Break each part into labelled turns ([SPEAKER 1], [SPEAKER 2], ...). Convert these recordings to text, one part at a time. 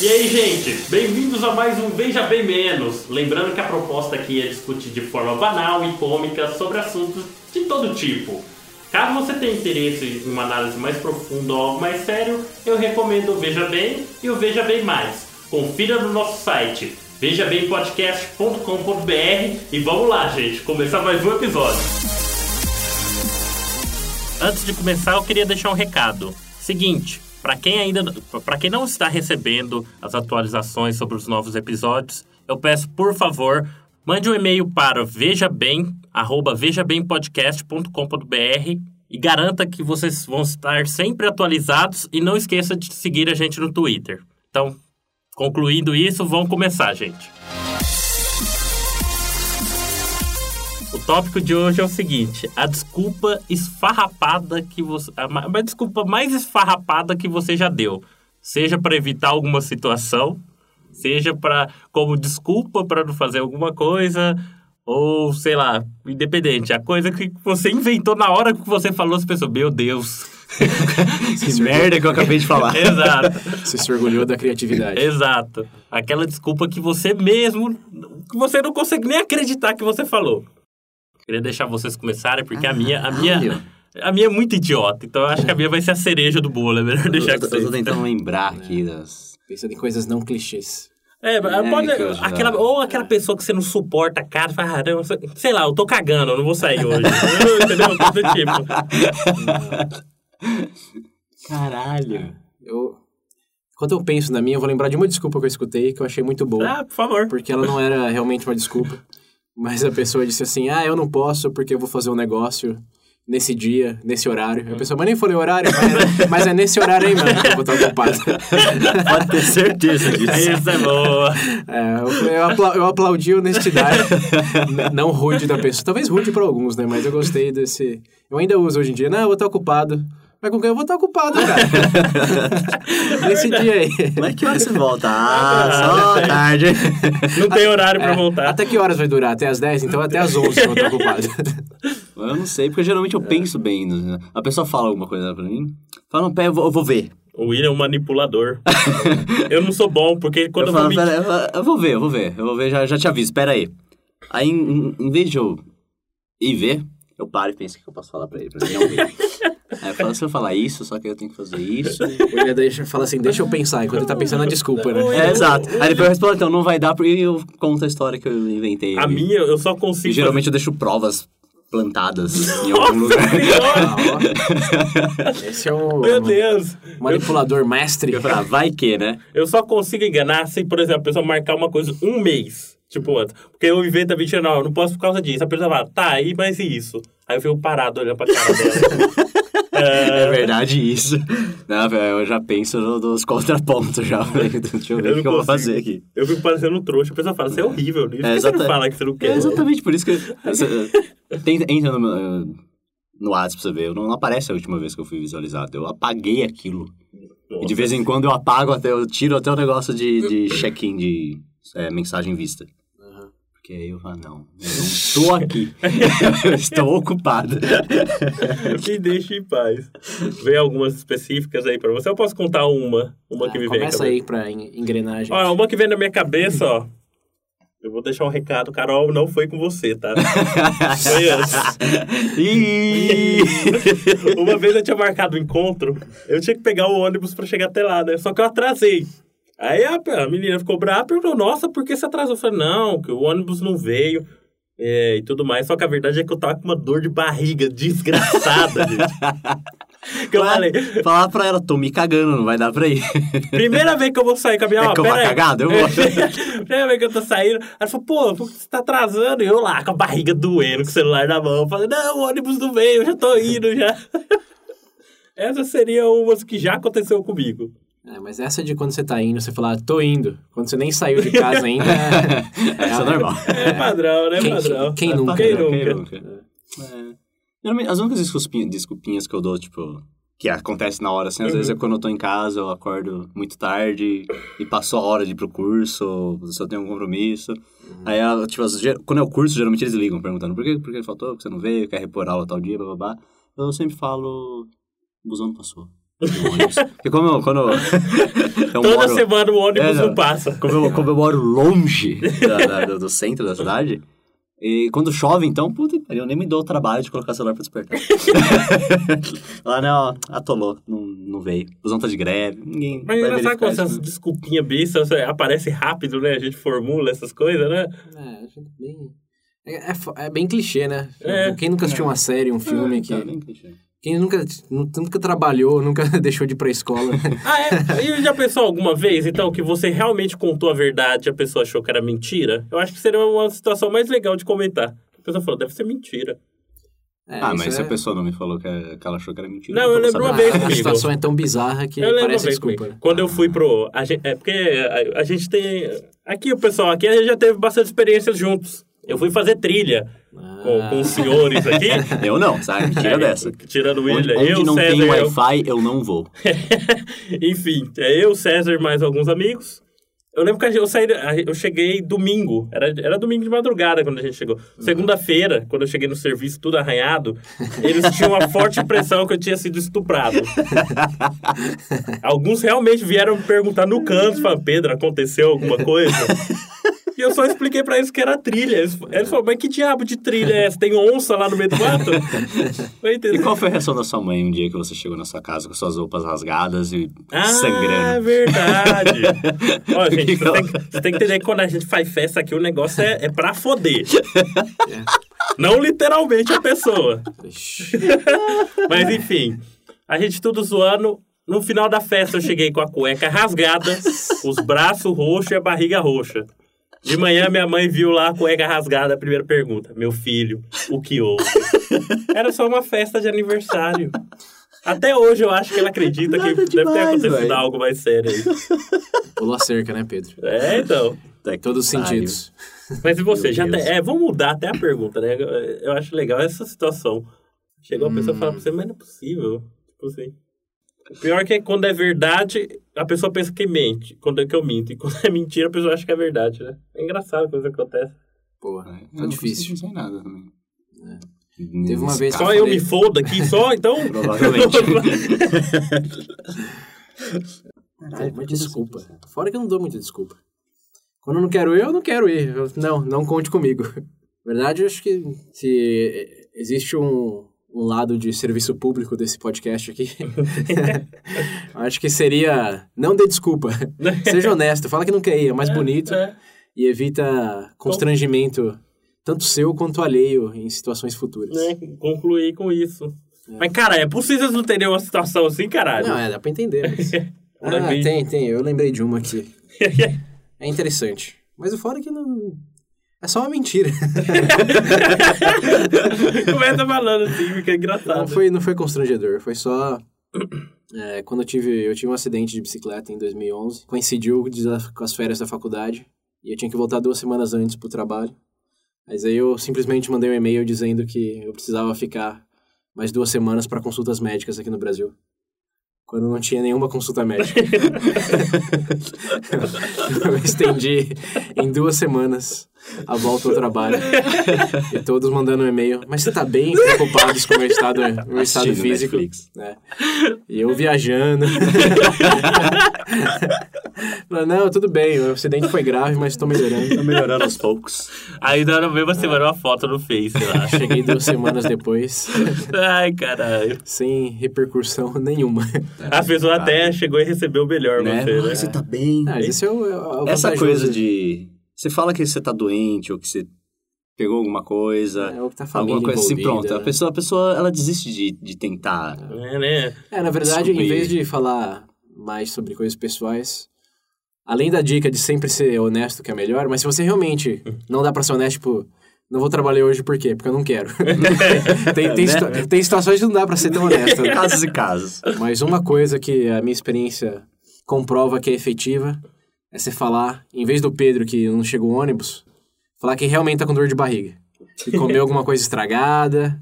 [SPEAKER 1] E aí, gente, bem-vindos a mais um Veja Bem Menos. Lembrando que a proposta aqui é discutir de forma banal e cômica sobre assuntos de todo tipo. Caso você tenha interesse em uma análise mais profunda ou algo mais sério, eu recomendo o Veja Bem e o Veja Bem Mais. Confira no nosso site vejabempodcast.com.br e vamos lá, gente, começar mais um episódio. Antes de começar, eu queria deixar um recado. Seguinte, para quem ainda para quem não está recebendo as atualizações sobre os novos episódios, eu peço, por favor, mande um e-mail para vejabem, arroba vejabempodcast.com.br e garanta que vocês vão estar sempre atualizados e não esqueça de seguir a gente no Twitter. Então, concluindo isso, vamos começar, gente. O tópico de hoje é o seguinte: a desculpa esfarrapada que você. A ma- a desculpa mais esfarrapada que você já deu. Seja para evitar alguma situação, seja para como desculpa para não fazer alguma coisa, ou sei lá, independente. A coisa que você inventou na hora que você falou, você pensou: meu Deus.
[SPEAKER 2] Que merda que eu acabei de falar.
[SPEAKER 3] É,
[SPEAKER 1] Exato.
[SPEAKER 2] Você se orgulhou da criatividade.
[SPEAKER 1] Exato. Aquela desculpa que você mesmo. que você não consegue nem acreditar que você falou. Queria deixar vocês começarem, porque a minha.
[SPEAKER 3] Ah,
[SPEAKER 1] A minha, a minha é muito idiota, então eu acho que a minha vai ser a cereja do bolo. É melhor deixar
[SPEAKER 3] eu,
[SPEAKER 1] com
[SPEAKER 3] tô- eu tô
[SPEAKER 1] vocês.
[SPEAKER 3] tentando lembrar aqui das.
[SPEAKER 2] Pensando em coisas não clichês.
[SPEAKER 1] É, pode.
[SPEAKER 3] é que eu já-
[SPEAKER 1] Aquela, ou aquela pessoa que você não suporta, cara, fala, "Ah, não, sei- sei lá, eu tô cagando, eu não vou sair hoje. Entendeu? Coisa do tipo.
[SPEAKER 3] Caralho.
[SPEAKER 2] Eu... Quando eu penso na minha, eu vou lembrar de uma desculpa que eu escutei que eu achei muito boa.
[SPEAKER 1] Ah, por favor.
[SPEAKER 2] Porque ela não era realmente uma desculpa. Mas a pessoa disse assim: Ah, eu não posso porque eu vou fazer um negócio nesse dia, nesse horário. Eu pensei, mas nem falei horário, mas, mas é nesse horário aí, mano, que eu vou estar ocupado.
[SPEAKER 3] Pode ter certeza disso.
[SPEAKER 1] Essa é boa.
[SPEAKER 2] É, eu, falei, eu, apla eu aplaudi a honestidade, n- não rude da pessoa. Talvez rude pra alguns, né? Mas eu gostei desse. Eu ainda uso hoje em dia. Não, eu vou estar ocupado. Mas com quem eu vou estar ocupado, cara? Nesse dia aí.
[SPEAKER 3] Mas é que hora você volta? Ah, só tarde.
[SPEAKER 1] Não tem horário pra
[SPEAKER 2] É,
[SPEAKER 1] voltar.
[SPEAKER 2] Até que horas vai durar? Até as 10? Então até as 11 eu vou estar ocupado.
[SPEAKER 3] Eu não sei, porque geralmente eu penso bem. né? A pessoa fala alguma coisa pra mim. Fala um pé, eu vou, eu vou ver.
[SPEAKER 1] O William é um manipulador. eu não sou bom, porque quando eu, vou
[SPEAKER 3] eu falo,
[SPEAKER 1] me
[SPEAKER 3] pera, eu, falo, eu vou ver, eu vou ver. Eu vou ver, já, já te aviso, pera aí. Aí, em, em- em vez de eu ir ver, eu paro e penso o que que eu posso falar pra ele, pra ele não ver. Aí eu falo, se eu falar isso, só que eu tenho que fazer isso.
[SPEAKER 2] Ele deixa, fala assim: deixa eu pensar, enquanto ele tá pensando na desculpa, né?
[SPEAKER 3] É, exato. Aí depois eu respondo, então não vai dar, porque eu conto a história que eu inventei.
[SPEAKER 1] A
[SPEAKER 3] ali.
[SPEAKER 1] minha, eu só
[SPEAKER 3] E
[SPEAKER 1] consigo.
[SPEAKER 3] geralmente eu deixo provas plantadas em algum lugar. Uhum.
[SPEAKER 1] fazer- Nossa,
[SPEAKER 2] Ah, ó. Esse é o
[SPEAKER 1] Meu Deus!
[SPEAKER 2] manipulador mestre.
[SPEAKER 3] Eu falo, ah, vai que, né?
[SPEAKER 1] Eu só consigo enganar se, por exemplo, a pessoa marcar uma coisa um mês. Tipo, antes. Porque eu invento a mentira, não, eu não posso por causa disso. A pessoa fala, tá, aí, mas e isso? Aí eu fico parado olhando pra cara dela.
[SPEAKER 3] É verdade isso. Não, velho, eu já penso no- nos contrapontos já. Falei, Deixa eu ver
[SPEAKER 1] Eu
[SPEAKER 3] o que
[SPEAKER 1] não
[SPEAKER 3] eu vou
[SPEAKER 1] consigo.
[SPEAKER 3] fazer aqui.
[SPEAKER 1] Eu fico parecendo um trouxa. A pessoa fala, você é horrível nisso. Por que você não
[SPEAKER 3] exata-
[SPEAKER 1] fala que você não
[SPEAKER 3] É
[SPEAKER 1] quer?
[SPEAKER 3] exatamente por isso que... Você- Tenta- Entra no, meu- no WhatsApp pra você ver. Eu Não, não aparece a última vez que eu fui visualizado. Eu apaguei aquilo. E de vez em quando eu apago até... Eu tiro até o negócio de, de check-in, de é, mensagem vista. Porque aí eu falo, não, eu não estou aqui. eu estou ocupado.
[SPEAKER 1] Me deixa em paz. Vem algumas específicas aí pra você. Eu posso contar uma. Uma
[SPEAKER 3] Ah,
[SPEAKER 1] que me vem. à
[SPEAKER 2] Começa
[SPEAKER 1] cabeça.
[SPEAKER 2] aí pra en- engrenar, gente.
[SPEAKER 1] Ó, uma que vem na minha cabeça, ó. Eu vou deixar um recado, Carol, não foi com você, tá? Foi antes.
[SPEAKER 3] Ih!
[SPEAKER 1] Uma vez eu tinha marcado o encontro, eu tinha que pegar o ônibus pra chegar até lá, né? Só que eu atrasei. Aí a, a menina ficou brava e perguntou, nossa, por que você atrasou? Eu falei, não, que o ônibus não veio é, e tudo mais. Só que a verdade é que eu tava com uma dor de barriga desgraçada, gente. Que eu falei,
[SPEAKER 3] Falar pra ela, tô me cagando, não vai dar pra ir.
[SPEAKER 1] primeira vez que eu vou sair com a minha...
[SPEAKER 3] É
[SPEAKER 1] ó,
[SPEAKER 3] que eu vou
[SPEAKER 1] pera aí.
[SPEAKER 3] cagado? Eu vou.
[SPEAKER 1] primeira vez que eu tô saindo, ela falou, pô, por que você tá atrasando? E eu lá, com a barriga doendo, com o celular na mão. Eu falei, não, o ônibus não veio, eu já tô indo, já. Essas seriam umas que já aconteceu comigo.
[SPEAKER 2] É, mas essa de quando você tá indo, você falar, tô indo. Quando você nem saiu de casa ainda. é-
[SPEAKER 3] Isso é normal.
[SPEAKER 1] É padrão, né,
[SPEAKER 2] Quem-
[SPEAKER 1] padrão?
[SPEAKER 2] quem
[SPEAKER 1] É
[SPEAKER 2] nunca,
[SPEAKER 1] Quem
[SPEAKER 2] né?
[SPEAKER 1] nunca?
[SPEAKER 3] Quem nunca? É. Geralmente, As únicas desculpinha- desculpinhas que eu dou, tipo, que acontece na hora, assim,
[SPEAKER 1] Uhum.
[SPEAKER 3] às vezes é quando eu tô em casa, eu acordo muito tarde e passou a hora de ir pro curso, ou se eu tenho um compromisso.
[SPEAKER 1] Uhum.
[SPEAKER 3] Aí, eu, tipo, as- ger- quando é o curso, geralmente eles ligam perguntando por que, por que faltou, por que você não veio, quer repor aula tal dia, blá, blá, blá. Eu sempre falo, o busão não passou. No ônibus. Porque como eu, quando eu, eu
[SPEAKER 1] Toda
[SPEAKER 3] moro-
[SPEAKER 1] semana o ônibus
[SPEAKER 3] É, não.
[SPEAKER 1] não passa.
[SPEAKER 3] como eu, como eu moro longe da- da- do, do centro da cidade, e quando chove, então, puta, que pariu, eu nem me dou o trabalho de colocar o celular pra despertar. Lá, não, atolou, não, não veio. O busão tá de greve, ninguém
[SPEAKER 1] Mas é
[SPEAKER 3] vai
[SPEAKER 1] engraçado
[SPEAKER 3] verificar
[SPEAKER 1] como
[SPEAKER 3] isso,
[SPEAKER 1] essas
[SPEAKER 3] né?
[SPEAKER 1] desculpinhas bestas aparecem rápido, né? A gente formula essas coisas, né?
[SPEAKER 2] É, bem... É, é fo- é bem clichê, né?
[SPEAKER 1] É.
[SPEAKER 2] Quem nunca assistiu uma série, um filme que...
[SPEAKER 3] Tá, nem clichê.
[SPEAKER 2] Quem nunca, nu- nunca trabalhou, nunca deixou de ir pra escola.
[SPEAKER 1] Ah, é? E já pensou alguma vez, então, que você realmente contou a verdade e a pessoa achou que era mentira? Eu acho que seria uma situação mais legal de comentar. A pessoa falou, deve ser mentira.
[SPEAKER 2] É,
[SPEAKER 3] Ah, mas se
[SPEAKER 2] é...
[SPEAKER 3] a pessoa não me falou que, é- que ela achou que era mentira.
[SPEAKER 1] Não,
[SPEAKER 3] vou
[SPEAKER 1] eu lembro uma
[SPEAKER 2] Ah,
[SPEAKER 3] saber.
[SPEAKER 1] vez
[SPEAKER 2] a
[SPEAKER 1] comigo.
[SPEAKER 2] situação é tão bizarra que
[SPEAKER 1] eu lembro uma
[SPEAKER 2] parece
[SPEAKER 1] vez
[SPEAKER 2] desculpa.
[SPEAKER 3] né?
[SPEAKER 1] comigo, Quando eu fui pro. a gen- é porque a, a gente tem. Aqui, o pessoal, aqui a gente já teve bastante experiência juntos. Eu fui fazer trilha com, com os senhores aqui. É,
[SPEAKER 3] Eu não, sabe? Mentira Ah. dessa.
[SPEAKER 1] Tirando o
[SPEAKER 3] Onde,
[SPEAKER 1] William,
[SPEAKER 3] onde
[SPEAKER 1] eu,
[SPEAKER 3] não
[SPEAKER 1] César,
[SPEAKER 3] tem
[SPEAKER 1] eu,
[SPEAKER 3] Wi-Fi, eu não vou.
[SPEAKER 1] Enfim, é eu, César, mais alguns amigos. Eu lembro que a gente- eu saí, da- eu cheguei domingo, era, era domingo de madrugada quando a gente chegou. Segunda-feira, quando eu cheguei no serviço tudo arranhado, eles tinham a forte impressão que eu tinha sido estuprado. Alguns realmente vieram me perguntar no canto, falando, Pedro, aconteceu alguma coisa? E eu só expliquei pra eles que era trilha. Eles, eles falaram, mas que diabo de trilha é essa? Tem onça lá no meio do mato? Eu entendi.
[SPEAKER 3] E qual foi a reação da sua mãe um dia que você chegou na sua casa com suas roupas rasgadas e
[SPEAKER 1] Ah,
[SPEAKER 3] sangrando?
[SPEAKER 1] é verdade. Ó, gente,
[SPEAKER 3] Que
[SPEAKER 1] você tem, que- você tem que entender que quando a gente faz festa aqui, o negócio é, é pra foder.
[SPEAKER 3] É.
[SPEAKER 1] Não literalmente a pessoa.
[SPEAKER 2] Ixi.
[SPEAKER 1] Mas enfim, a gente tudo zoando. No final da festa eu cheguei com a cueca rasgada, os braços roxos e a barriga roxa. De manhã minha mãe viu lá a cueca rasgada, a primeira pergunta. Meu filho, o que houve? Era só uma festa de aniversário. Até hoje eu acho que ela acredita que
[SPEAKER 3] Nada
[SPEAKER 1] deve ter
[SPEAKER 3] demais,
[SPEAKER 1] acontecido
[SPEAKER 3] velho.
[SPEAKER 1] algo mais sério aí.
[SPEAKER 2] Pulou a cerca, né, Pedro?
[SPEAKER 1] É, então.
[SPEAKER 3] Tá que
[SPEAKER 2] Todos os
[SPEAKER 3] pariu.
[SPEAKER 2] sentidos.
[SPEAKER 1] Mas e você?
[SPEAKER 3] Meu
[SPEAKER 1] Já
[SPEAKER 3] Deus.
[SPEAKER 1] tem- é, vamos mudar até a pergunta, né? Eu, eu acho legal essa situação. Chegou a pessoa e fala pra você, mas não é possível. Tipo assim. O pior é que quando é verdade, a pessoa pensa que mente. Quando é que eu minto. E quando é mentira, a pessoa acha que é verdade, né? É engraçado quando isso acontece.
[SPEAKER 2] Porra,
[SPEAKER 3] Eu
[SPEAKER 2] tá
[SPEAKER 3] É, não consigo
[SPEAKER 2] difícil.
[SPEAKER 3] pensar em nada também.
[SPEAKER 2] É. Teve uma vez-
[SPEAKER 1] Só
[SPEAKER 2] Ah,
[SPEAKER 1] eu
[SPEAKER 2] falei.
[SPEAKER 1] me fodo aqui, só, então.
[SPEAKER 3] Tá Provavelmente.
[SPEAKER 2] Tem uma desculpa. Fora que eu não dou muita desculpa. Quando eu não quero ir, eu não quero ir. Eu- não, não conte comigo. Na verdade, eu acho que se existe um, um lado de serviço público desse podcast aqui, eu acho que seria não dê desculpa. Seja honesto, fala que não quer ir, é mais bonito
[SPEAKER 1] Né? É.
[SPEAKER 2] e evita constrangimento, tanto seu quanto alheio, em situações futuras.
[SPEAKER 1] Né? Concluí com isso. Mas, cara, é possível vocês não terem uma situação assim, caralho.
[SPEAKER 2] Não, é, dá pra entender. Mas... ah,
[SPEAKER 1] Parabéns.
[SPEAKER 2] tem, tem. Eu lembrei de uma aqui. É interessante. Mas o fora é que não... É só uma mentira.
[SPEAKER 1] Começa falando assim, fica engraçado.
[SPEAKER 2] Não foi, não foi constrangedor. Foi só... é, quando eu tive, eu tive um acidente de bicicleta em 2011. Coincidiu des- com as férias da faculdade. E eu tinha que voltar duas semanas antes pro trabalho. Mas aí eu simplesmente mandei um e-mail dizendo que eu precisava ficar mais duas semanas para consultas médicas aqui no Brasil. Quando não tinha nenhuma consulta médica. Eu estendi em duas semanas a volta ao trabalho. E todos mandando um e-mail. Mas você tá bem preocupados com o meu estado, meu estado
[SPEAKER 3] Assistindo
[SPEAKER 2] físico?
[SPEAKER 3] Netflix.
[SPEAKER 2] né? E eu viajando. Falei, Não, tudo bem, o acidente foi grave, mas tô melhorando.
[SPEAKER 3] Tá melhorando aos poucos.
[SPEAKER 1] Ainda na mesma semana assim, uma foto no Face, eu acho.
[SPEAKER 2] Cheguei duas semanas depois,
[SPEAKER 1] Ai, caralho.
[SPEAKER 2] sem repercussão nenhuma.
[SPEAKER 1] A pessoa até chegou e recebeu o melhor,
[SPEAKER 3] Né?
[SPEAKER 1] você,
[SPEAKER 3] Ah,
[SPEAKER 1] né?
[SPEAKER 3] você tá bem.
[SPEAKER 2] Ah, Mas isso é o, é o
[SPEAKER 3] Essa
[SPEAKER 2] vantajoso.
[SPEAKER 3] coisa de... Você fala que você tá doente ou que você pegou alguma coisa...
[SPEAKER 2] É o que tá falando.
[SPEAKER 3] Alguma coisa assim, pronto. A
[SPEAKER 2] Né?
[SPEAKER 3] pessoa, a pessoa, ela desiste de, de tentar.
[SPEAKER 1] É, né?
[SPEAKER 2] É, na verdade, em
[SPEAKER 3] Descobrir.
[SPEAKER 2] vez de falar mais sobre coisas pessoais, além da dica de sempre ser honesto, que é melhor, mas se você realmente não dá pra ser honesto, tipo, não vou trabalhar hoje por quê? Porque eu não quero. tem, tem, situa- tem situações que não dá pra ser tão honesto. né?
[SPEAKER 3] Casos e casos.
[SPEAKER 2] Mas uma coisa que a minha experiência comprova que é efetiva é você falar, em vez do Pedro que não chegou o ônibus, falar que realmente tá com dor de barriga. Que comeu alguma coisa estragada,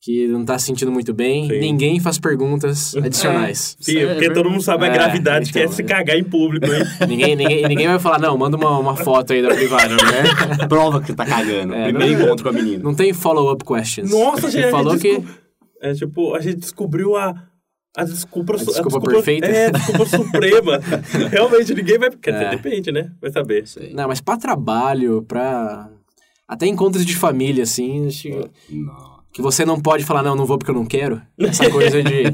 [SPEAKER 2] que não tá se sentindo muito bem,
[SPEAKER 1] Sim. É.
[SPEAKER 2] ninguém faz perguntas adicionais.
[SPEAKER 1] Sim,
[SPEAKER 3] Isso é
[SPEAKER 1] porque
[SPEAKER 3] ver-
[SPEAKER 1] todo mundo sabe a
[SPEAKER 2] É,
[SPEAKER 1] gravidade que é
[SPEAKER 2] então,
[SPEAKER 1] se
[SPEAKER 2] é.
[SPEAKER 1] cagar em público, hein?
[SPEAKER 2] Ninguém, ninguém, ninguém vai falar, não, manda uma, uma foto aí da privada, né?
[SPEAKER 3] Prova que tá cagando.
[SPEAKER 2] É,
[SPEAKER 3] Primeiro
[SPEAKER 2] não-
[SPEAKER 3] encontro com a menina.
[SPEAKER 2] Não tem follow-up questions.
[SPEAKER 1] Nossa,
[SPEAKER 2] Você
[SPEAKER 1] gente, a gente
[SPEAKER 2] falou que
[SPEAKER 1] descob- É tipo, a gente descobriu a. A desculpa, su-
[SPEAKER 2] desculpa perfeita.
[SPEAKER 1] É, a desculpa suprema. Realmente, ninguém vai. Quer dizer,
[SPEAKER 2] É.
[SPEAKER 1] depende, né? Vai saber.
[SPEAKER 3] Isso aí.
[SPEAKER 2] Não, mas pra trabalho, pra. Até encontros de família, assim, acho que-
[SPEAKER 3] Não.
[SPEAKER 2] que você não pode falar, não, não vou porque eu não quero. Essa coisa de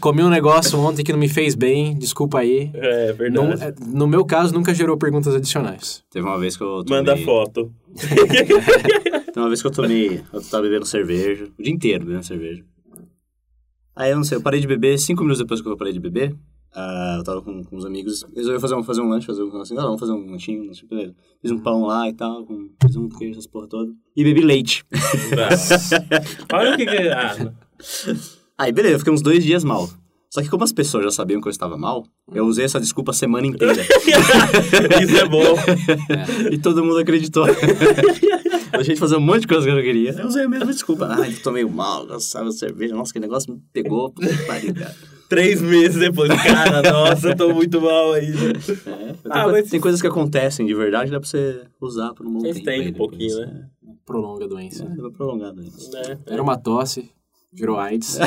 [SPEAKER 2] comi um negócio ontem que não me fez bem, desculpa aí.
[SPEAKER 1] É,
[SPEAKER 2] Não-
[SPEAKER 1] verdade.
[SPEAKER 2] é, no meu caso, nunca gerou perguntas adicionais.
[SPEAKER 3] Teve uma vez que eu tomei...
[SPEAKER 1] Manda foto.
[SPEAKER 3] Tem uma vez que eu tomei, eu tava bebendo cerveja, o dia inteiro bebendo cerveja. Aí eu não sei, eu parei de beber, cinco minutos depois que eu parei de beber, ah, eu tava com, com uns amigos, resolvi fazer um, fazer um lanche, fazer um assim, ah, vamos fazer um lanchinho, um lanchinho, beleza. Fiz um pão lá e tal, com, fiz um queijo, essas porra toda. E bebi leite.
[SPEAKER 1] Não. Olha o que que. Ah, não.
[SPEAKER 3] Aí beleza, eu fiquei uns dois dias mal. Só que como as pessoas já sabiam que eu estava mal, eu usei essa desculpa a semana inteira.
[SPEAKER 1] Isso é bom.
[SPEAKER 3] e todo mundo acreditou. a gente fazer um monte de coisa que eu não queria. Eu usei a mesma desculpa. Ai, tô meio mal, sabe, cerveja, nossa, que negócio me pegou. puta que pariu, cara.
[SPEAKER 1] Três meses depois, cara, nossa, eu tô muito mal ainda.
[SPEAKER 3] É,
[SPEAKER 1] Ah,
[SPEAKER 3] tem, coi-
[SPEAKER 1] mas-
[SPEAKER 3] tem coisas que acontecem de verdade, dá pra você usar por um bom
[SPEAKER 1] Vocês
[SPEAKER 3] tempo.
[SPEAKER 1] têm
[SPEAKER 3] aí
[SPEAKER 1] um
[SPEAKER 3] depois,
[SPEAKER 1] pouquinho,
[SPEAKER 3] né?
[SPEAKER 2] Prolonga a doença.
[SPEAKER 3] É, dá pra prolongar né?
[SPEAKER 1] Né?
[SPEAKER 2] Era uma tosse, virou AIDS.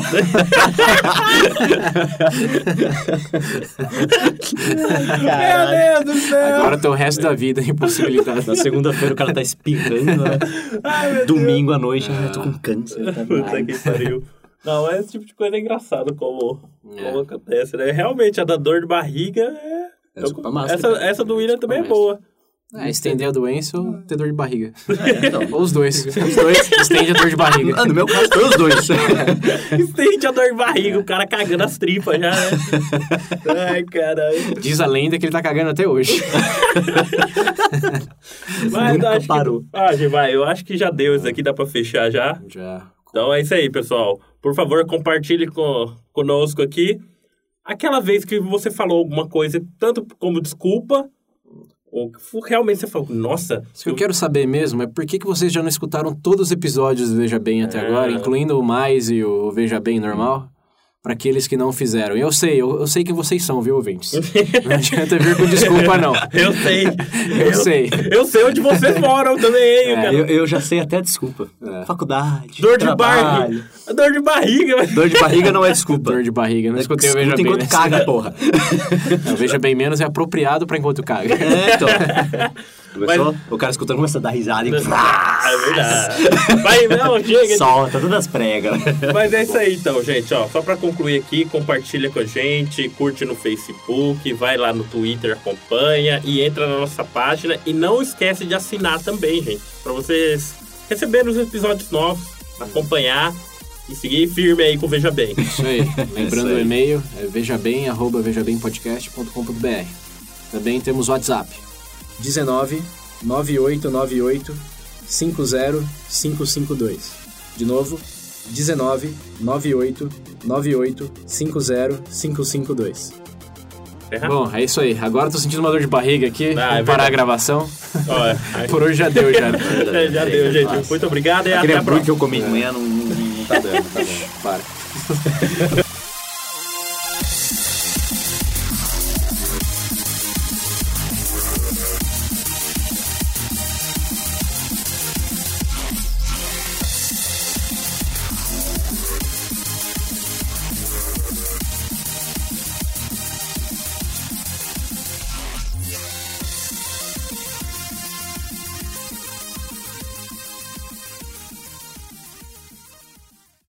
[SPEAKER 1] Meu
[SPEAKER 3] Caralho.
[SPEAKER 1] Deus do céu!
[SPEAKER 2] Agora tem o resto da vida impossibilitado.
[SPEAKER 3] Na segunda-feira o cara tá espirrando, né? Domingo à noite, ah, eu tô com câncer.
[SPEAKER 1] Puta que pariu. Não, esse tipo de coisa é engraçado como,
[SPEAKER 2] É.
[SPEAKER 1] como acontece, né? Realmente, a da dor de barriga é.
[SPEAKER 3] É desculpa
[SPEAKER 1] Eu-
[SPEAKER 3] massa,
[SPEAKER 1] essa,
[SPEAKER 3] cara.
[SPEAKER 1] essa do William também é
[SPEAKER 2] massa.
[SPEAKER 1] boa.
[SPEAKER 2] É, estender a doença ou ter dor de barriga?
[SPEAKER 3] É, então,
[SPEAKER 2] Ou os dois. Os dois, estende a dor de barriga.
[SPEAKER 3] Ah, no meu caso, foi os dois.
[SPEAKER 1] Estende a dor de barriga, o cara cagando as tripas já, né? Ai, caralho.
[SPEAKER 2] Diz a lenda que ele tá cagando até hoje.
[SPEAKER 1] Mas
[SPEAKER 3] Nunca
[SPEAKER 1] acho
[SPEAKER 3] parou.
[SPEAKER 1] Que... Ah, gente, vai, eu acho que já deu isso aqui, dá pra fechar já.
[SPEAKER 2] Já.
[SPEAKER 1] Então é isso aí, pessoal. Por favor, compartilhe co- conosco aqui. Aquela vez que você falou alguma coisa, tanto como desculpa, ou que fu- realmente você falou, nossa,
[SPEAKER 2] O que eu quero saber mesmo é por que, que vocês já não escutaram todos os episódios do Veja Bem até agora, incluindo o Mais e o Veja Bem normal, pra aqueles que não fizeram. E eu sei, eu, eu sei quem vocês são, viu, ouvintes? Não adianta vir com desculpa, não.
[SPEAKER 1] eu sei.
[SPEAKER 2] Eu sei.
[SPEAKER 1] Eu sei onde vocês moram também, hein, cara.
[SPEAKER 3] Eu, eu já sei até a desculpa.
[SPEAKER 2] É.
[SPEAKER 3] Faculdade.
[SPEAKER 1] Dor de
[SPEAKER 3] trabalho.
[SPEAKER 1] barriga. Dor de barriga.
[SPEAKER 3] Dor de barriga não é desculpa.
[SPEAKER 2] Dor de barriga, não escutei o Veja
[SPEAKER 3] É Escuta
[SPEAKER 2] Bem.
[SPEAKER 3] enquanto
[SPEAKER 2] né?
[SPEAKER 3] caga, porra.
[SPEAKER 2] Não, o Veja Bem menos é apropriado pra enquanto caga.
[SPEAKER 3] É, então. Começou? O cara escutando começa a dar risada e
[SPEAKER 1] Ah, é verdade. Vai, não, chega.
[SPEAKER 3] solta todas as pregas.
[SPEAKER 1] Mas é isso aí então, gente. Ó, só pra concluir aqui, compartilha com a gente, curte no Facebook, vai lá no Twitter, acompanha e entra na nossa página. E não esquece de assinar também, gente, pra vocês receberem os episódios novos, acompanhar e seguir firme aí com o Veja Bem.
[SPEAKER 2] Isso aí. Lembrando
[SPEAKER 3] É Isso aí.
[SPEAKER 2] o e-mail, é vejabem, arroba vejabempodcast.com.br. Também temos o WhatsApp, 19 9898 50552. De novo, 19 98 98 50552.
[SPEAKER 1] Será?
[SPEAKER 2] Bom, é isso aí. Agora eu tô sentindo uma dor de barriga
[SPEAKER 1] Ah,
[SPEAKER 2] aqui.
[SPEAKER 1] é
[SPEAKER 2] Vou parar
[SPEAKER 1] verdade.
[SPEAKER 2] a gravação.
[SPEAKER 1] Ó, é.
[SPEAKER 2] Por hoje já deu, já.
[SPEAKER 1] É, já deu, gente. Muito obrigado e até a
[SPEAKER 3] Aquele
[SPEAKER 1] próxima.
[SPEAKER 3] hambúrguer que eu comi de manhã não, não, não tá dando, tá bom.
[SPEAKER 2] Para.